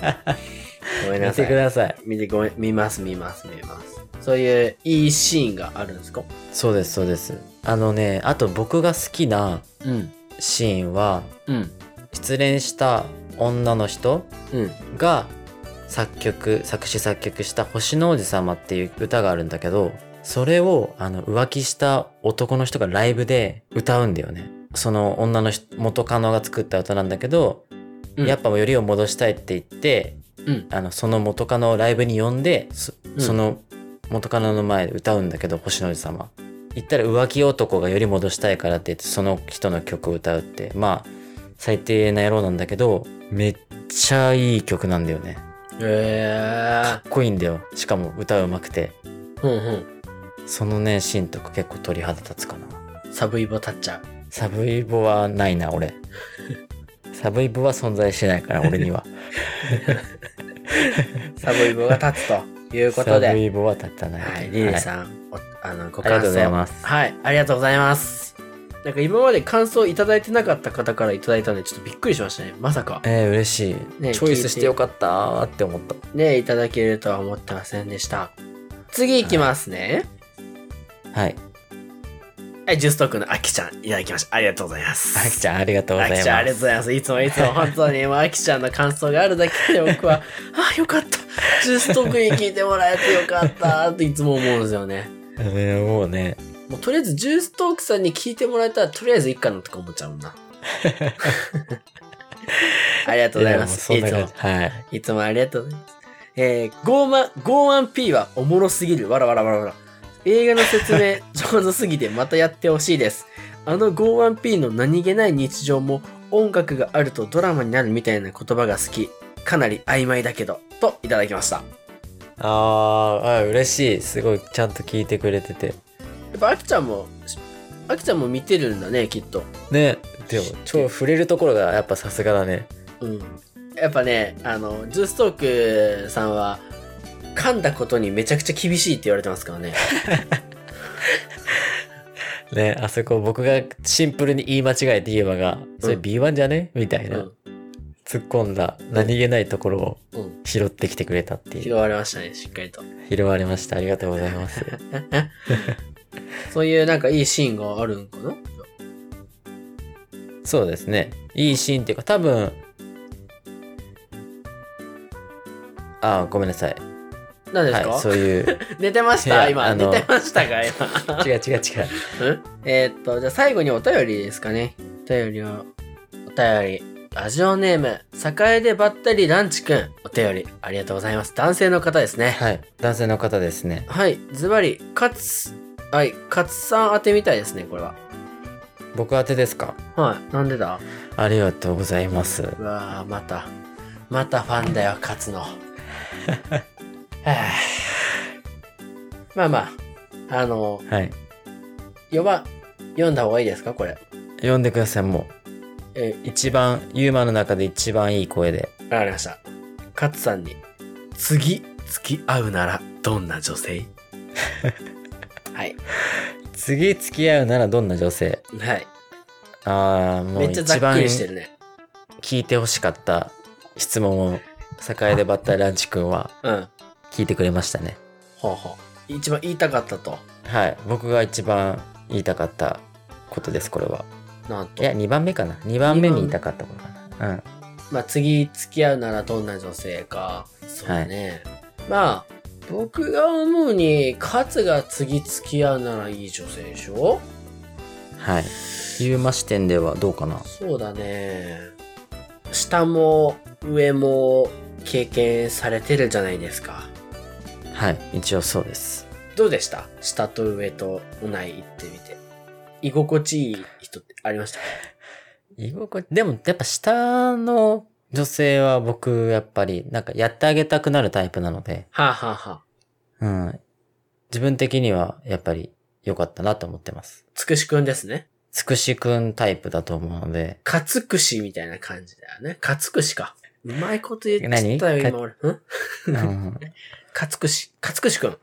[SPEAKER 2] ごめん
[SPEAKER 1] 見
[SPEAKER 2] なさ
[SPEAKER 1] て
[SPEAKER 2] い
[SPEAKER 1] く。ださい
[SPEAKER 2] 見てごめん見ます見ます見ますそういういいシーンがあるんですか
[SPEAKER 1] そうですそうですあのねあと僕が好きな
[SPEAKER 2] うん
[SPEAKER 1] シーンは
[SPEAKER 2] うん
[SPEAKER 1] 失恋した女の人
[SPEAKER 2] うん
[SPEAKER 1] が作曲作詞作曲した「星の王子様」っていう歌があるんだけどそれをあの浮気した男の人がライブで歌うんだよね。その女の人元カノが作った歌なんだけど、
[SPEAKER 2] うん
[SPEAKER 1] やっぱよりを戻したいって言って
[SPEAKER 2] うん
[SPEAKER 1] あのその元カノをライブに呼んでそ
[SPEAKER 2] うん
[SPEAKER 1] その元カノの前で歌うんだけど「星の王子様」言ったら浮気男がより戻したいからって言ってその人の曲を歌うってまあ最低な野郎なんだけどめっちゃいい曲なんだよね
[SPEAKER 2] え
[SPEAKER 1] かっこいいんだよしかも歌うまくて
[SPEAKER 2] ー、ふんふ
[SPEAKER 1] そのねシーンとか結構鳥肌立つかなん
[SPEAKER 2] サブイボ立っちゃう
[SPEAKER 1] サブイボはないな 俺サブイボは存在しないから俺 には
[SPEAKER 2] サブイボが立つということ
[SPEAKER 1] サブ
[SPEAKER 2] で
[SPEAKER 1] イボは立たない、
[SPEAKER 2] はいリリ
[SPEAKER 1] はい
[SPEAKER 2] さん、おあのご
[SPEAKER 1] ありが
[SPEAKER 2] 感
[SPEAKER 1] とうござい
[SPEAKER 2] 想
[SPEAKER 1] ます
[SPEAKER 2] はいありがとうございますなんか今まで感想いただいてなかった方からいただいたんでちょっとびっくりしましたねまさか
[SPEAKER 1] えー、嬉しい、
[SPEAKER 2] ね
[SPEAKER 1] チョイスしてよかったーって思った
[SPEAKER 2] ねいただけるとは思ってませんでした次いきますね
[SPEAKER 1] はい
[SPEAKER 2] はい、ジューストークのあきちゃんいただきましたありがとうございます
[SPEAKER 1] あきちゃんありがとうござ
[SPEAKER 2] あ
[SPEAKER 1] いま
[SPEAKER 2] き
[SPEAKER 1] す
[SPEAKER 2] ちゃん、ありがとうございます。いつもいつも本当に、もうあきちゃんの感想があるだけで僕 は、あ、よかった。ジューストークに聞いてもらえてよかったっていつも思うんですよね。
[SPEAKER 1] えーもうね
[SPEAKER 2] もうとりあえずジューストークさんに聞いてもらえたら、とりあえずいいかなとか思っちゃうもん な。ありがとうございます。
[SPEAKER 1] や
[SPEAKER 2] い
[SPEAKER 1] でも
[SPEAKER 2] つ
[SPEAKER 1] そんな
[SPEAKER 2] も
[SPEAKER 1] 感じ。はい
[SPEAKER 2] いつもありがとうございます。えー、ゴーマ、ゴーマン P はおもろすぎる。わらわらわらわら。映画の説明 上手すぎてまたやってほしいです。あのゴーマン P の何気ない日常も音楽があるとドラマになるみたいな言葉が好き。かなり曖昧だけど。といただきました。や
[SPEAKER 1] あーあー嬉しいすごいちゃんと聞いてくれてて
[SPEAKER 2] っぱあきちゃんも、あきちゃんも見てるんだね、きっと。
[SPEAKER 1] ねでも超触れるところがやっぱさすがだね
[SPEAKER 2] うん。やっぱね、あの、ジューストークさんは、噛んだことにめちゃくちゃ厳しいって言われてますからね。
[SPEAKER 1] ねあそこ僕がシンプルに言い間違えて言えばがそれ
[SPEAKER 2] うん
[SPEAKER 1] B1 じゃねみたいな、
[SPEAKER 2] うん。
[SPEAKER 1] 突っ込んだ何気ないところを
[SPEAKER 2] うん。
[SPEAKER 1] 拾ってきてくれたってい
[SPEAKER 2] 拾
[SPEAKER 1] う
[SPEAKER 2] われましたね、しっかりと。
[SPEAKER 1] 拾われましたありがとうございます
[SPEAKER 2] そういうなんかいいシーンがあるんかな
[SPEAKER 1] そうですねいいシーンっていうか多分ああごめんなさい
[SPEAKER 2] 何ですか、
[SPEAKER 1] はいそういう
[SPEAKER 2] 寝てまし
[SPEAKER 1] い
[SPEAKER 2] た
[SPEAKER 1] や
[SPEAKER 2] 今。
[SPEAKER 1] あ
[SPEAKER 2] 寝
[SPEAKER 1] の
[SPEAKER 2] てましたか 今。
[SPEAKER 1] 違う違う違う
[SPEAKER 2] うんえーっと、じゃあ最後にお便りですかね。お便りを。お便り。ラジオネーム、栄でばったりランチくん。お便り、ありがとうございます。男性の方ですね。
[SPEAKER 1] はい男性の方ですね
[SPEAKER 2] はい、ズバリ、カツ、はい、カツさん宛てみたいですね、これは。
[SPEAKER 1] 僕宛てですか
[SPEAKER 2] はい、なんでだ
[SPEAKER 1] ありがとうございます
[SPEAKER 2] うわぁ、また、またファンだよ、勝つ の。はあまあまあ、あの、
[SPEAKER 1] はい
[SPEAKER 2] 読ま、読んだ方がいいですか、これ。
[SPEAKER 1] 読んでくださいも
[SPEAKER 2] え
[SPEAKER 1] う一番ユーマの中で一番いい声で
[SPEAKER 2] わかりました。勝さんに、次、付き合うなら、どんな 女性はい、
[SPEAKER 1] 次付き合うならどんな女性
[SPEAKER 2] はい。
[SPEAKER 1] ああも
[SPEAKER 2] め
[SPEAKER 1] う
[SPEAKER 2] っちゃざ
[SPEAKER 1] 一
[SPEAKER 2] っ
[SPEAKER 1] 番
[SPEAKER 2] くりしてるね。
[SPEAKER 1] 聞いてほしかった質問を栄でバッターランチ君は
[SPEAKER 2] うん。
[SPEAKER 1] 聞いてくれましたね
[SPEAKER 2] ほうほう。一番言いたかったと。
[SPEAKER 1] はい僕が一番言いたかったことです、これは。
[SPEAKER 2] なん
[SPEAKER 1] い
[SPEAKER 2] と
[SPEAKER 1] や、。2番目かな。2番目に言いたかったことかな。うん。
[SPEAKER 2] まあ、次付き合うならどんな女性か。そうだね。まあ、僕が思うに、カツが次付き合うならいい女性でしょ
[SPEAKER 1] はい。言うま視点ではどうかな。
[SPEAKER 2] そうだね。下も上も経験されてるじゃないですか。
[SPEAKER 1] はい。一応そうです。
[SPEAKER 2] どうでした下と上と同い行ってみて。居心地いい人ってありました
[SPEAKER 1] 居心地、でもやっぱ下の女性は僕、やっぱり、なんかやってあげたくなるタイプなので、
[SPEAKER 2] はあ、はあはあ、
[SPEAKER 1] うん。自分的にはやっぱり良かったなと思ってます。
[SPEAKER 2] つくしくんですね。
[SPEAKER 1] つくしくんタイプだと思うの で、
[SPEAKER 2] かつくしみたいな感じだよね。かつくしか。うまいこと言っちゃった
[SPEAKER 1] 何
[SPEAKER 2] よ、
[SPEAKER 1] か
[SPEAKER 2] 今俺。ん
[SPEAKER 1] うん。
[SPEAKER 2] かつくし。かつくしくん。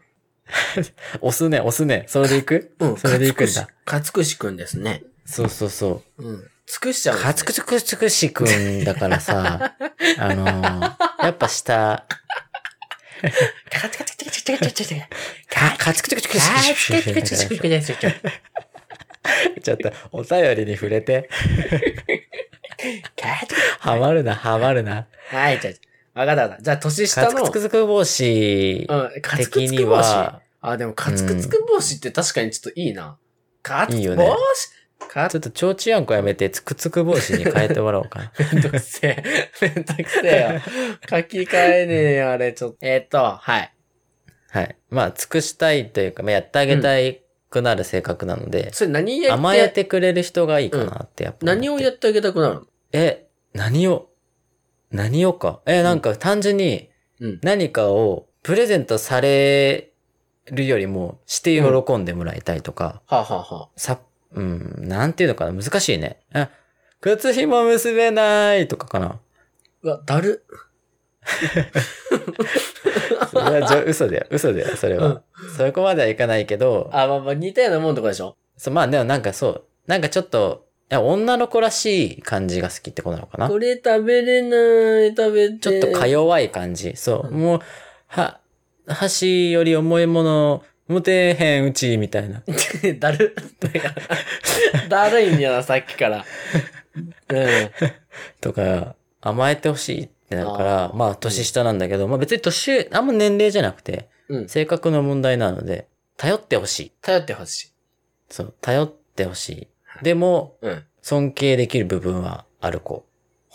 [SPEAKER 1] 押すね、押すね。それでいく
[SPEAKER 2] うん。
[SPEAKER 1] それでいくんだ。
[SPEAKER 2] かつくしくんですね。
[SPEAKER 1] そうそうそう。
[SPEAKER 2] うん。つくしちゃうんですね、
[SPEAKER 1] カツクツクツクシくんだから さ、あのー、やっぱ下、
[SPEAKER 2] カツカツカツカツカツカツカツ
[SPEAKER 1] カカツクツクツクシ
[SPEAKER 2] カツ
[SPEAKER 1] ク
[SPEAKER 2] カツカツ
[SPEAKER 1] シ
[SPEAKER 2] カツ
[SPEAKER 1] ク
[SPEAKER 2] カツカツ
[SPEAKER 1] ちょっと、お便りに触れて、ハマるな、ハマるな。
[SPEAKER 2] はい、じゃあ、わかったわかった。じゃあ、年
[SPEAKER 1] カ
[SPEAKER 2] 下
[SPEAKER 1] ツ
[SPEAKER 2] の、う
[SPEAKER 1] クツクツク帽子
[SPEAKER 2] ん、カツク
[SPEAKER 1] 的
[SPEAKER 2] ツ
[SPEAKER 1] に
[SPEAKER 2] ク帽子。
[SPEAKER 1] は、
[SPEAKER 2] あ、でも、カツクツク帽子って確かにちょっといいな。カツ
[SPEAKER 1] いい
[SPEAKER 2] ク
[SPEAKER 1] よ
[SPEAKER 2] 帽
[SPEAKER 1] ね
[SPEAKER 2] 子カ
[SPEAKER 1] ちょっと
[SPEAKER 2] ツ
[SPEAKER 1] ちょうちんこやめて、つくつく帽子に変えてもらおうか な。
[SPEAKER 2] めんどくせえ。めんどくせえよ。書き換えねえよ、あれ、ちょっと。えーっと、はい。
[SPEAKER 1] はい。まあ、尽くしたいというか、まあやってあげたいくなる性格なので、
[SPEAKER 2] それ何や
[SPEAKER 1] 甘え
[SPEAKER 2] って、
[SPEAKER 1] てくれる人がいいかなって、やっぱ思って。
[SPEAKER 2] 何をやってあげたくなるの
[SPEAKER 1] え、何を、何をか。え、なんか単純に
[SPEAKER 2] うん
[SPEAKER 1] 何かをプレゼントされるよりもして喜んでもらいたいとか、
[SPEAKER 2] はあ、はあはあ、
[SPEAKER 1] さ、うん、なんていうのかな、難しいね。あ、靴紐結べないとかかな。
[SPEAKER 2] うわ、だる。
[SPEAKER 1] それはじ ょ嘘だよ、嘘だよ、それは。そこまではいかないけど、
[SPEAKER 2] あ、まあまあ、似たようなもんとかでしょ
[SPEAKER 1] そうまあでもなんかそう、なんかちょっと、いや、女の子らしい感じが好きってことなのかな。
[SPEAKER 2] これ食べれない、食べて。
[SPEAKER 1] ちょっとか弱い感じ。そう。もう、は、箸より重いもの、持てへんうち、みたいな。
[SPEAKER 2] だる。だるいんやな、さっきから。うん。
[SPEAKER 1] とか、甘えてほしいってなるから、
[SPEAKER 2] あー
[SPEAKER 1] まあ、年下なんだけど、まあ別に年、あんま年齢じゃなくて、
[SPEAKER 2] うん。
[SPEAKER 1] 性格の問題なので、頼ってほしい。
[SPEAKER 2] 頼ってほしい。
[SPEAKER 1] そう、頼ってほしい。でも、
[SPEAKER 2] うん。は
[SPEAKER 1] 尊敬できる部分はある子。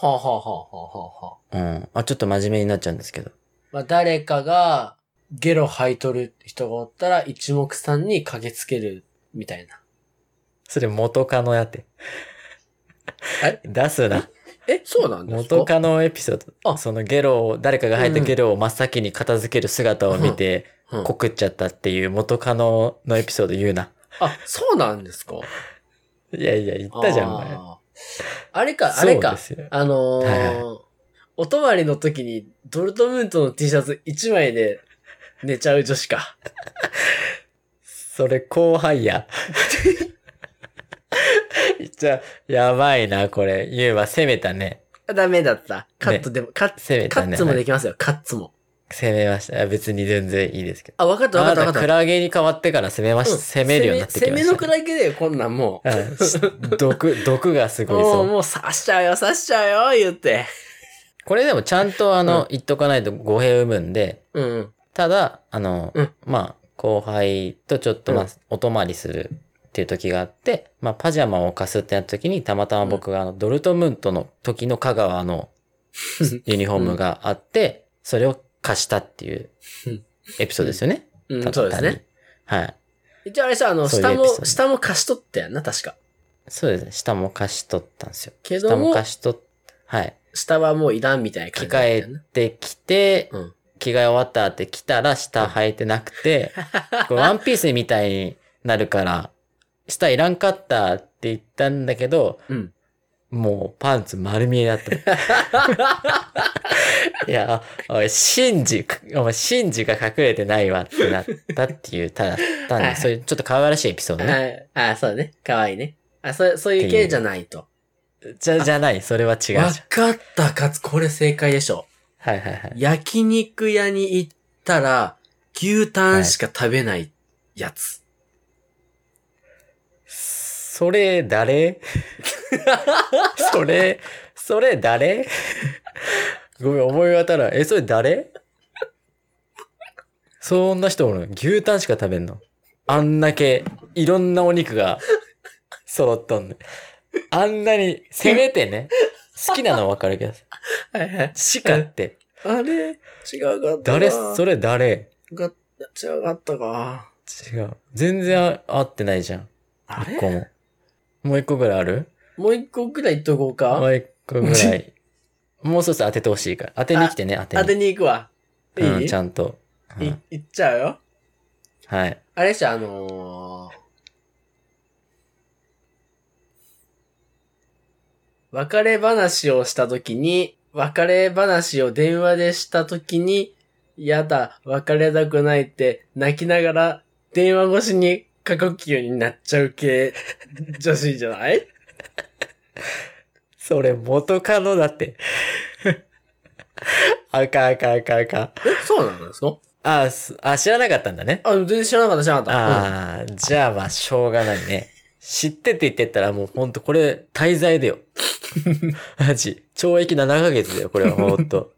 [SPEAKER 2] あ、はあはあはあはあはあ。
[SPEAKER 1] うん。あ、ちょっと真面目になっちゃうんですけど。
[SPEAKER 2] まあ、誰かがゲロ吐いとる人がおったら一目散に駆けつけるみたいな。
[SPEAKER 1] それ元カノやって。
[SPEAKER 2] え
[SPEAKER 1] 出すな。
[SPEAKER 2] え、そうなん
[SPEAKER 1] 元カノエピソード。
[SPEAKER 2] あ
[SPEAKER 1] そのゲロを、誰かが吐いたゲロを真っ先に片付ける姿を見て、
[SPEAKER 2] うん
[SPEAKER 1] 告っちゃったっていう元カノのエピソード言うな。
[SPEAKER 2] あ、そうなんですか
[SPEAKER 1] いやいや、言ったじゃん、お前。
[SPEAKER 2] あーあれか、あれ
[SPEAKER 1] そう
[SPEAKER 2] か
[SPEAKER 1] で。すよ。
[SPEAKER 2] あのー
[SPEAKER 1] はい
[SPEAKER 2] お泊まりの時にドルトムントの T シャツ1枚で寝ちゃう女子か。
[SPEAKER 1] それ後輩や。 じゃあ、やばいな、これ。言うは攻めたね。
[SPEAKER 2] あダメだった。カットでも、カッツ、
[SPEAKER 1] 攻め
[SPEAKER 2] カ
[SPEAKER 1] た
[SPEAKER 2] ッ
[SPEAKER 1] ね。
[SPEAKER 2] ツも
[SPEAKER 1] は
[SPEAKER 2] で
[SPEAKER 1] い
[SPEAKER 2] きますよ、カッツも。
[SPEAKER 1] 攻めました。あ別に全然いいですけど。
[SPEAKER 2] あ、わかった
[SPEAKER 1] あ
[SPEAKER 2] わか
[SPEAKER 1] な
[SPEAKER 2] ったわ
[SPEAKER 1] た
[SPEAKER 2] かっ
[SPEAKER 1] ク
[SPEAKER 2] た。
[SPEAKER 1] ラゲに変わってから攻めまし、
[SPEAKER 2] うん
[SPEAKER 1] 攻めるようになってきま
[SPEAKER 2] 攻め
[SPEAKER 1] し
[SPEAKER 2] 攻めの
[SPEAKER 1] た
[SPEAKER 2] く
[SPEAKER 1] ね。
[SPEAKER 2] らいだよ、こんなんもう。
[SPEAKER 1] うんし毒、毒がすごい
[SPEAKER 2] も
[SPEAKER 1] ぞ
[SPEAKER 2] う、。もう刺しちゃうよ、刺しちゃうよ、言って。
[SPEAKER 1] これでもちゃんとあの、
[SPEAKER 2] うん
[SPEAKER 1] 言っとかないと語弊生むんで、
[SPEAKER 2] うん。
[SPEAKER 1] ただ、あの、
[SPEAKER 2] うん
[SPEAKER 1] まあ、後輩とちょっとまあ、
[SPEAKER 2] うん
[SPEAKER 1] お泊まりするっていう時があって、まあ、パジャマを貸すってなった時に、たまたま僕があの、ドルトムントの時の香川 のユニフォームがあって、それを貸したっていう
[SPEAKER 2] うん
[SPEAKER 1] エピソードですよね。
[SPEAKER 2] う
[SPEAKER 1] た
[SPEAKER 2] ん、そうですね。。
[SPEAKER 1] 単にはい。
[SPEAKER 2] 一応あれさ、あの、
[SPEAKER 1] そういうエ
[SPEAKER 2] 下
[SPEAKER 1] ピソ
[SPEAKER 2] も
[SPEAKER 1] ード、
[SPEAKER 2] 下も貸し取ったやんな、確か。
[SPEAKER 1] そうですね。下も貸し取ったんですよ。
[SPEAKER 2] け
[SPEAKER 1] 下
[SPEAKER 2] ど
[SPEAKER 1] も
[SPEAKER 2] も、
[SPEAKER 1] 貸し取った。はい。
[SPEAKER 2] 下はもういらんみたいな
[SPEAKER 1] 着
[SPEAKER 2] 感じだったよ
[SPEAKER 1] 替
[SPEAKER 2] ね。
[SPEAKER 1] えてきて、
[SPEAKER 2] うん
[SPEAKER 1] 着替え終わったって来たら下履いてなくて、こうワンピースみたいになるから、下いらんかったって言ったんだけど、
[SPEAKER 2] うん
[SPEAKER 1] もうパンツ丸見えだ った。いや、おい、シンジ、お前、シンジが隠れてないわってなったっていう、ただ、単
[SPEAKER 2] はいは
[SPEAKER 1] に、
[SPEAKER 2] い
[SPEAKER 1] そういうちょっと可愛らしいエピソードね。
[SPEAKER 2] はい。あ、そうだね。可愛いね。あ、そう、そういう系じゃないと。
[SPEAKER 1] じゃ、じゃない、それは違うじゃん。
[SPEAKER 2] わ
[SPEAKER 1] はい
[SPEAKER 2] かった、かつ、これ正解でしょ。
[SPEAKER 1] はいはい。
[SPEAKER 2] 焼肉屋に行ったら、牛タンしか食べないやつ。
[SPEAKER 1] それ誰 それ、それ誰ごめん、思い当たらん。え、それ誰そんな人おる牛タンしか食べんのあんだけ、いろんなお肉が揃っとんねあんなに、せめてね、好きなのわかるけど、
[SPEAKER 2] はいはい。
[SPEAKER 1] しかって、
[SPEAKER 2] あれ違うかったな。
[SPEAKER 1] 誰それ誰
[SPEAKER 2] が違かったか。
[SPEAKER 1] 違う。全然合ってないじゃん。
[SPEAKER 2] あ
[SPEAKER 1] 一
[SPEAKER 2] れ
[SPEAKER 1] 個も。もう一個ぐらいある
[SPEAKER 2] もう一個くらい言っとこう
[SPEAKER 1] も
[SPEAKER 2] か。
[SPEAKER 1] う一個ぐらい。 もうそろそろ当ててほしいから。当てに来てね、当て
[SPEAKER 2] 当
[SPEAKER 1] に。
[SPEAKER 2] てに行くわ。いい、
[SPEAKER 1] うん、ちゃんと。うん
[SPEAKER 2] い行っちゃうよ。
[SPEAKER 1] はい。
[SPEAKER 2] あれでしょ、あのー、別れ話をしたときに、別れ話を電話でしたときに、やだ、別れたくないって泣きながら電話越しに過呼吸になっちゃう 系女子じゃない
[SPEAKER 1] それ、元カノだって。 あかんあかんあかんあかん。
[SPEAKER 2] え、そうなんですか
[SPEAKER 1] あ、すあ、知らなかったんだね。
[SPEAKER 2] あ、全然知らなかった、知らなかった。うん
[SPEAKER 1] ああ、じゃあまあ、しょうがないね。知ってって言ってったらもうほんとこれ、滞在 だよ。マジ。懲役7ヶ月だよ、これはほん と。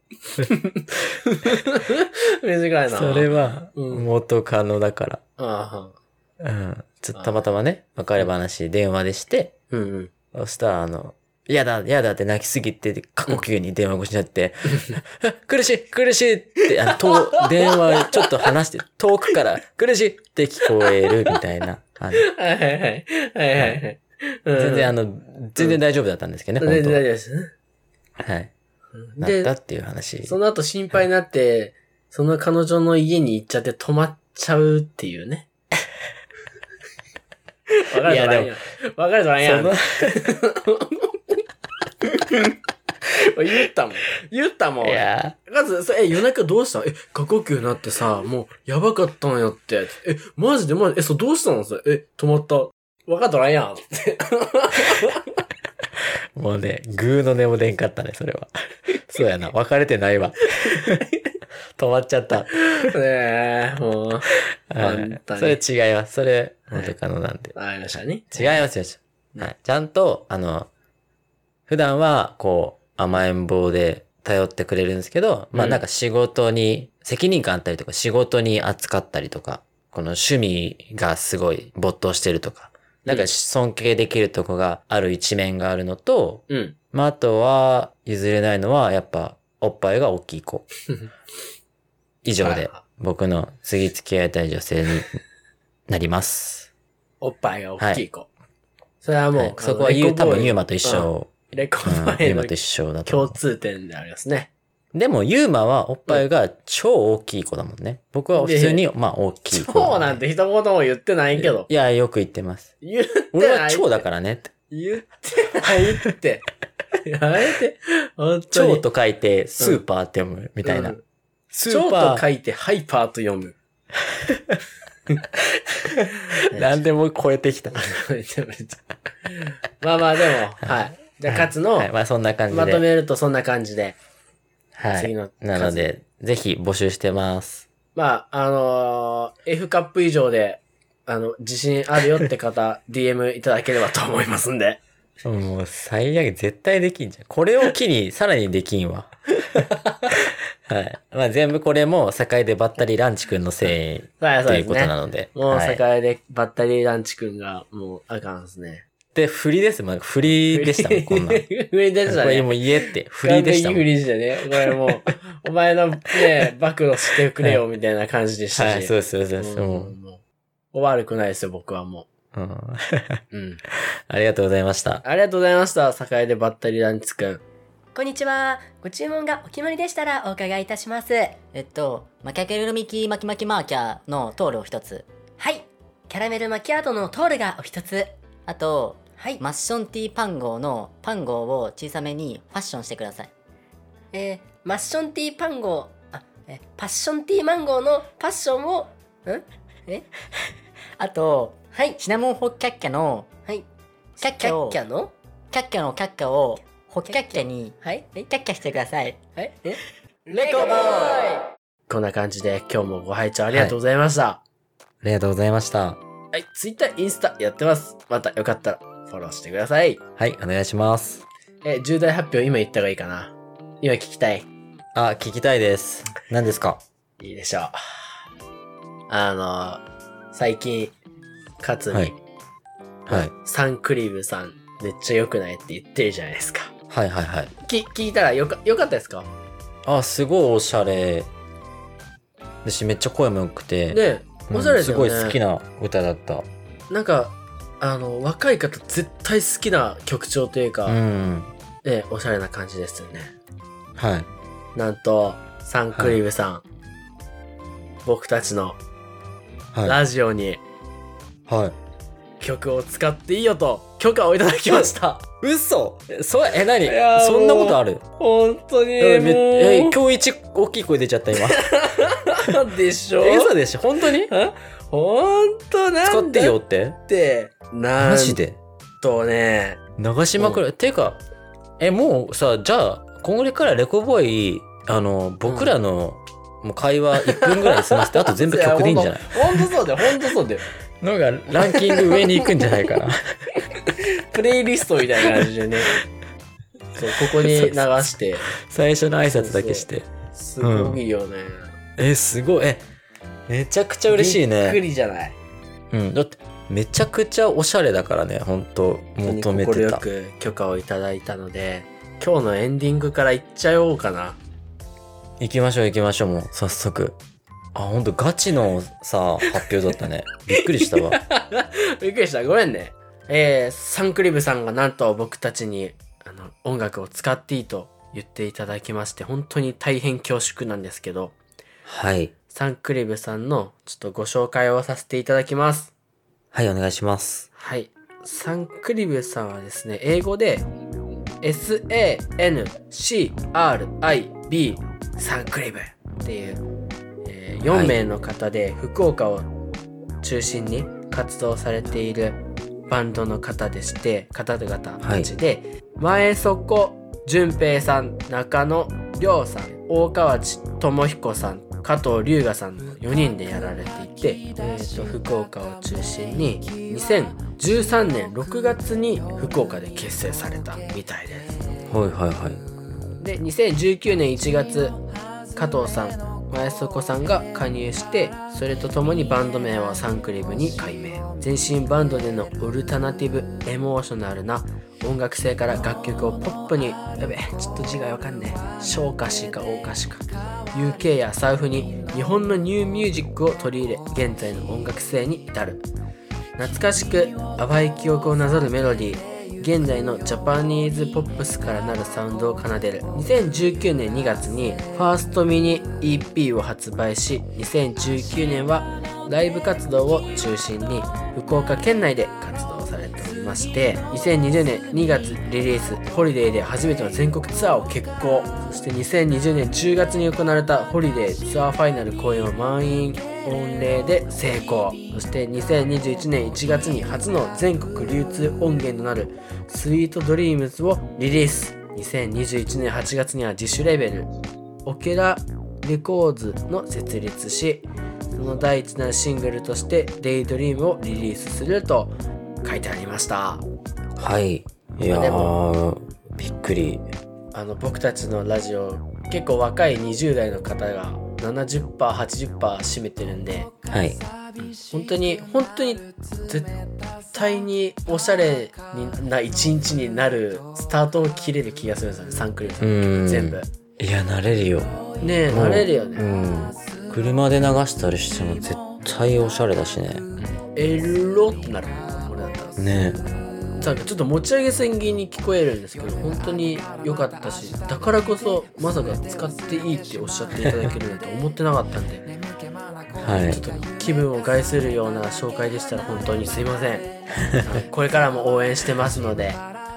[SPEAKER 2] 短いな。
[SPEAKER 1] それは、
[SPEAKER 2] うん
[SPEAKER 1] 元カノだから。
[SPEAKER 2] あ
[SPEAKER 1] うん。ちょっとたまたまね、別れ話、電話でして、
[SPEAKER 2] ーうんうん。
[SPEAKER 1] そしたら、あの、やだ、やだって泣きすぎて、過呼吸に電話越しになって、苦しい、苦しいって、あの、遠電話ちょっと話して、遠くから、苦しいって聞こえるみたいな。あの
[SPEAKER 2] はいはいはい。はいはいはい。
[SPEAKER 1] 全然、あ
[SPEAKER 2] の、
[SPEAKER 1] の、全然大丈夫だったんですけどね、
[SPEAKER 2] 全然
[SPEAKER 1] 本
[SPEAKER 2] 大丈夫ですね。
[SPEAKER 1] 当はい。
[SPEAKER 2] うん
[SPEAKER 1] なったっていう話。
[SPEAKER 2] その後心配になって、その彼女の家に行っちゃって泊まっちゃうってい うね。わかる
[SPEAKER 1] い
[SPEAKER 2] じゃ
[SPEAKER 1] や
[SPEAKER 2] ないやん。わかるじゃないやん。
[SPEAKER 1] その
[SPEAKER 2] 言ったもん。言ったもん。
[SPEAKER 1] いや
[SPEAKER 2] まず、そえ、夜中どうしたのえ、過呼吸になってさ、もう、やばかったんやって。え、マジでマジでえ、そう、どうしたのそれえ、止まった。わかっとらんや ん。
[SPEAKER 1] ーもうね、グーの音も出んかったね、それは。そうやな、別れてない わ。止まっちゃった。
[SPEAKER 2] ねえ、もう、
[SPEAKER 1] は
[SPEAKER 2] 本
[SPEAKER 1] い
[SPEAKER 2] 当に
[SPEAKER 1] それ違います。それ、元カノなんで。
[SPEAKER 2] ありましたね。
[SPEAKER 1] 違いますよ。はい。ちゃんと、あの、普段は、こう、甘えん坊で頼ってくれるんですけど、まあ
[SPEAKER 2] うん
[SPEAKER 1] なんか仕事に、責任感あったりとか、仕事に扱ったりとか、この趣味がすごい没頭してるとか、なん
[SPEAKER 2] う
[SPEAKER 1] か
[SPEAKER 2] ん
[SPEAKER 1] 尊敬できるとこがある一面があるのと、
[SPEAKER 2] うん。
[SPEAKER 1] まああとは、譲れないのは、やっぱ、おっぱいが大きい 子。以上で、僕の次付き合いたい女性になります。
[SPEAKER 2] おっぱいが大きい子。それはもう、
[SPEAKER 1] はいそこはゆう、多分ユーマと一緒。
[SPEAKER 2] レコ
[SPEAKER 1] うん
[SPEAKER 2] ード
[SPEAKER 1] ユ
[SPEAKER 2] へ
[SPEAKER 1] ー
[SPEAKER 2] の
[SPEAKER 1] マと一緒だと思
[SPEAKER 2] 共
[SPEAKER 1] う。
[SPEAKER 2] 通点でありますね。
[SPEAKER 1] でも、ユーマはおっぱいが超大きい子だもんね。僕は普通に、まあ、大きい子。
[SPEAKER 2] 超なんて一言も言ってないけど。
[SPEAKER 1] いや、よく言ってます。
[SPEAKER 2] 言ってない。
[SPEAKER 1] 俺は超だからねって。
[SPEAKER 2] 言ってないって。やめて。本当に。
[SPEAKER 1] 超と書いて、スーパーって読む、みたいな。
[SPEAKER 2] うん
[SPEAKER 1] スー
[SPEAKER 2] 超と
[SPEAKER 1] パ
[SPEAKER 2] 書
[SPEAKER 1] ー、
[SPEAKER 2] いてハイパーと読む。
[SPEAKER 1] なんでも超えてきた。
[SPEAKER 2] めちゃめちゃまあまあでも、はい。じゃあ、勝つの
[SPEAKER 1] はい、まあ、そんな感じで。
[SPEAKER 2] まとめるとそんな感じで。
[SPEAKER 1] は
[SPEAKER 2] 次
[SPEAKER 1] い。
[SPEAKER 2] の。
[SPEAKER 1] なの。で、ぜひ募集してます。
[SPEAKER 2] まあ、あのー F カップ以上で、あの、自信あるよって方、DM いただければと思いますんで。
[SPEAKER 1] もう、最悪、絶対できんじゃん。これを機に、さらにできん わ。はい。まあ、全部これも、境でばったりランチくんのせい
[SPEAKER 2] はい、
[SPEAKER 1] と
[SPEAKER 2] そう
[SPEAKER 1] い
[SPEAKER 2] で
[SPEAKER 1] う
[SPEAKER 2] す
[SPEAKER 1] こと
[SPEAKER 2] ね
[SPEAKER 1] な。ので。
[SPEAKER 2] もう
[SPEAKER 1] はい
[SPEAKER 2] 世界でバッタリーランチくんが、もうあかんですね。
[SPEAKER 1] で、振りですもん。振りでしたもん、こんなん。こ
[SPEAKER 2] フリー でした
[SPEAKER 1] れ
[SPEAKER 2] ね。
[SPEAKER 1] もう言えって。振りでした
[SPEAKER 2] 完
[SPEAKER 1] も
[SPEAKER 2] 璧フ
[SPEAKER 1] ん。
[SPEAKER 2] リーでしたね。これもう、お前のね、暴露してくれよ、みたいな感じでしたし。
[SPEAKER 1] はい、そうです、そうです。
[SPEAKER 2] うん
[SPEAKER 1] もう
[SPEAKER 2] もう悪くないですよ、僕はも
[SPEAKER 1] うん。
[SPEAKER 2] う。うん。
[SPEAKER 1] ありがとうございました。
[SPEAKER 2] ありがとうございました、栄でバッタリーランチくん。
[SPEAKER 3] こんにちは。ご注文がお決まりでしたらお伺いいたします。えっと、マキャケルミキマキマキマーキャのトールを一つ。はい。キャラメルマキアートのトールがお一つ。あと、はい。マッションティーパンゴーのパンゴーを小さめにファッションしてください。えー、マッションティーパンゴー、あ、え、パッションティーマンゴーのパッションを、んえあと、はい。シナモンホッキャッキャの、はい。キャッキャを、キャッキャのキャッキャのキャッキャを、ホッキャッキャに、はい。キャッキャしてください。はい。え
[SPEAKER 2] レコボーイこんな感じで今日もご拝聴ありがとうございました。
[SPEAKER 1] ありがとうございました。
[SPEAKER 2] はい、ツイッター、インスタやってます。またよかったらフォローしてください。
[SPEAKER 1] はい、お願いします。
[SPEAKER 2] えー、重大発表今言った方がいいかな。今聞きたい。
[SPEAKER 1] あ、聞きたいです。何ですか
[SPEAKER 2] いいでしょう。あのー、最近、勝
[SPEAKER 1] はい
[SPEAKER 2] 美、。
[SPEAKER 1] はい。
[SPEAKER 2] サンクリームさん、めっちゃ良くないって言ってるじゃないですか。
[SPEAKER 1] はいはいはい。
[SPEAKER 2] き、聞いたらよか、よかったですか
[SPEAKER 1] あ、すごいおしゃれ。だし、めっちゃ声も良くて。
[SPEAKER 2] ね
[SPEAKER 1] うん
[SPEAKER 2] おしゃれだよね、
[SPEAKER 1] すごい好きな歌だった。
[SPEAKER 2] なんか、あの、若い方絶対好きな曲調というか、
[SPEAKER 1] うん。
[SPEAKER 2] ね、おしゃれな感じですよね。
[SPEAKER 1] はい。
[SPEAKER 2] なんと、サンクリームさん、僕たちの
[SPEAKER 1] はい。
[SPEAKER 2] ラジオに
[SPEAKER 1] はい。
[SPEAKER 2] 曲を使っていいよと許可をいただき ました。
[SPEAKER 1] 嘘えそえ、何
[SPEAKER 2] やー
[SPEAKER 1] そんなことある
[SPEAKER 2] 本当に
[SPEAKER 1] えめえ
[SPEAKER 2] もう
[SPEAKER 1] 今日一大きい声出ちゃった 今。
[SPEAKER 2] でしょ
[SPEAKER 1] え嘘でしょ本当に
[SPEAKER 2] 本当なんだ
[SPEAKER 1] 使っていいよって
[SPEAKER 2] って。なん
[SPEAKER 1] マジで
[SPEAKER 2] とね。
[SPEAKER 1] 流しまくる。てか、え、もうさ、じゃあ、こんぐらいからレコボーイ、あの、僕らの、もう会話1分ぐらい済ま せて、あと全部曲でいいんじゃない
[SPEAKER 2] 本当そうだよ、本当そ うだよ。
[SPEAKER 1] のがランキング上に行くんじゃないか な。
[SPEAKER 2] プレイリストみたいな感じでね。そう、ここに流して。
[SPEAKER 1] 最初の挨拶だけして。
[SPEAKER 2] すごいよね。
[SPEAKER 1] え、すごい。え、めちゃくちゃ嬉しい
[SPEAKER 2] びっく
[SPEAKER 1] ね。
[SPEAKER 2] りじゃない。
[SPEAKER 1] うん。だって、めちゃくちゃおしゃれだからね、本当
[SPEAKER 2] 本
[SPEAKER 1] 求
[SPEAKER 2] 当に
[SPEAKER 1] めて
[SPEAKER 2] 快
[SPEAKER 1] た。
[SPEAKER 2] く許可をいただいたので、今日のエンディングからいっちゃおうかな。
[SPEAKER 1] 行きましょう行きましょう、もう、早速。あ、ほんとガチのさ、発表だった ね。びっくりしたわ。
[SPEAKER 2] びっくりした。ごめんね。えー、サンクリブさんがなんと僕たちに、あの、音楽を使っていいと言っていただきまして、本当に大変恐縮なんですけど、
[SPEAKER 1] はい。
[SPEAKER 2] サンクリブさんのちょっとご紹介をさせていただきます。
[SPEAKER 1] はい、お願いします。
[SPEAKER 2] はい。サンクリブさんはですね、英語で SANCRIB サンクリブっていう、え
[SPEAKER 1] は
[SPEAKER 2] 4
[SPEAKER 1] い
[SPEAKER 2] 名の方で福岡を中心に活動されているバンドの方でして、方々たちで、前底淳平さん、中野亮さん、大川内智彦さん、加藤龍河さんの4人でやられていて、えー、と福岡を中心に2013年6月に福岡で結成されたみたいです。
[SPEAKER 1] はいはいはい。
[SPEAKER 2] で2019年1月加藤さん前底さんが加入してそれとともにバンド名はサンクリブに改名全身バンドでのオルタナティブエモーショナルな音楽性から楽曲をポップにやべえちょっと字がわかんねえ小歌詞か大歌詞か UK やサウフに日本のニューミュージックを取り入れ現在の音楽性に至る懐かしく淡い記憶をなぞるメロディー現在のジャパニーズポップスからなるサウンドを奏でる2019年2月にファーストミニ EP を発売し2019年はライブ活動を中心に福岡県内で活動されておりまして2020年2月リリース「ホリデーで初めての全国ツアーを決行そして2020年10月に行われた「ホリデーツアーファイナル公演は満員御礼で成功そして2021年1月に初の全国流通音源となる「スイートドリームズをリリース2021年8月には自主レベルオケラレコーズの設立しその第一弾シングルとして「デイドリームをリリースすると書いてありました
[SPEAKER 1] はい。いや
[SPEAKER 2] まあで
[SPEAKER 1] ー、びっくり。
[SPEAKER 2] あの僕たちのラジオ結構若い20代の方が 70%80% 占めてるんで
[SPEAKER 1] はい。
[SPEAKER 2] 本当に本当に絶対におしゃれな一日になるスタートを切れる気がするんですよねサンクリュー
[SPEAKER 1] う
[SPEAKER 2] さん
[SPEAKER 1] ん。
[SPEAKER 2] 全部
[SPEAKER 1] いや、慣れるよ。
[SPEAKER 2] ねえなれるよね、
[SPEAKER 1] うん。車で流したりしても絶対おしゃれだしね。
[SPEAKER 2] エロってなる俺だったら
[SPEAKER 1] ね
[SPEAKER 2] なんかちょっと持ち上げ宣言に聞こえるんですけど本当に良かったしだからこそまさか使っていいっておっしゃっていただけるなんて思ってなかったんで
[SPEAKER 1] は
[SPEAKER 2] ちょ
[SPEAKER 1] い。
[SPEAKER 2] っと気分を害するような紹介でしたら本当にすいませ んこれからも応援してますので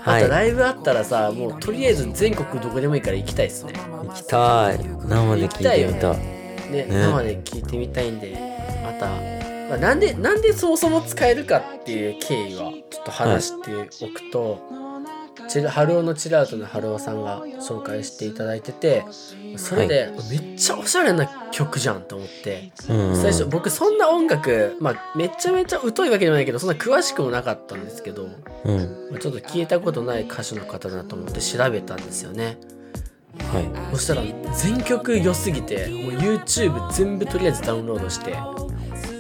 [SPEAKER 2] あ
[SPEAKER 1] い
[SPEAKER 2] とライブあったらさもうとりあえず全国どこでもいいから行きたいですね
[SPEAKER 1] 行きたい。生で聞いてみたい。
[SPEAKER 2] ね
[SPEAKER 1] ね
[SPEAKER 2] 生で聞いてみたいんでまた、まあ、なんでなんでそもそも使えるかっていう経緯はちょっと話しておくと、チラ春尾のチラートの春尾さんが紹介していただいててそれで、めっちゃおしゃれな曲じゃんと思って
[SPEAKER 1] うん、
[SPEAKER 2] 最初僕そんな音楽、まあ、めちゃめちゃ疎いわけでもないけどそんな詳しくもなかったんですけど、
[SPEAKER 1] うん
[SPEAKER 2] まあちょっと聞いたことない歌手の方だと思って調べたんですよね
[SPEAKER 1] は
[SPEAKER 2] そしたら全曲良すぎてもう YouTube 全部とりあえずダウンロードして
[SPEAKER 1] い、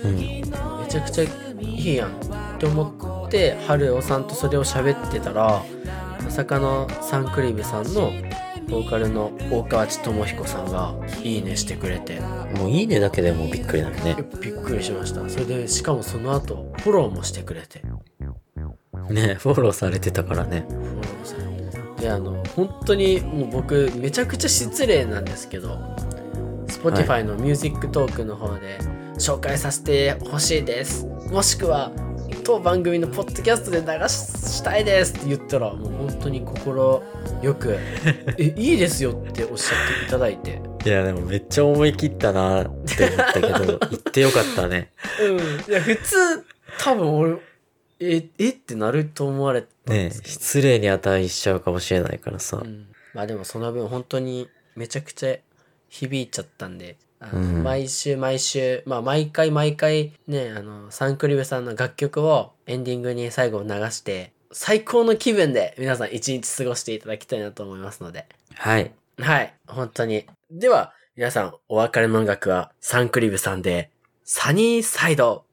[SPEAKER 1] うん、
[SPEAKER 2] めちゃくちゃいいやんって思って春尾さんとそれを喋ってたらまさかのサンクリーブさんのボーカルの大川内智彦さんが「いいね」してくれて
[SPEAKER 1] もういいねだけでもうびっくりなのね
[SPEAKER 2] びっくりしましたそれでしかもその後フォローもしてくれて
[SPEAKER 1] ねフォローされてたからね
[SPEAKER 2] フォローされてであの本当にもう僕めちゃくちゃ失礼なんですけど Spotify の「ミュージックトークの方で紹介させてほしいですもしくは当番組のポッドキャストで流したいですって言ったらもう本当に心よく 「えいいですよ」っておっしゃっていただいて
[SPEAKER 1] いやでもめっちゃ思い切ったなって思ったけど言ってよかったね
[SPEAKER 2] うんいや普通多分俺ええってなると思われたん
[SPEAKER 1] ね
[SPEAKER 2] ですけど
[SPEAKER 1] 失礼に値しちゃうかもしれないからさ、
[SPEAKER 2] うんまあでもその分本当にめちゃくちゃ響いちゃったんで、あの
[SPEAKER 1] うん
[SPEAKER 2] 毎週毎週、まあ毎回毎回ね、あの、サンクリブさんの楽曲をエンディングに最後流して、最高の気分で皆さん一日過ごしていただきたいなと思いますので。
[SPEAKER 1] はい
[SPEAKER 2] はい、本当に。では、皆さんお別れの音楽はサンクリブさんで、サニーサイド。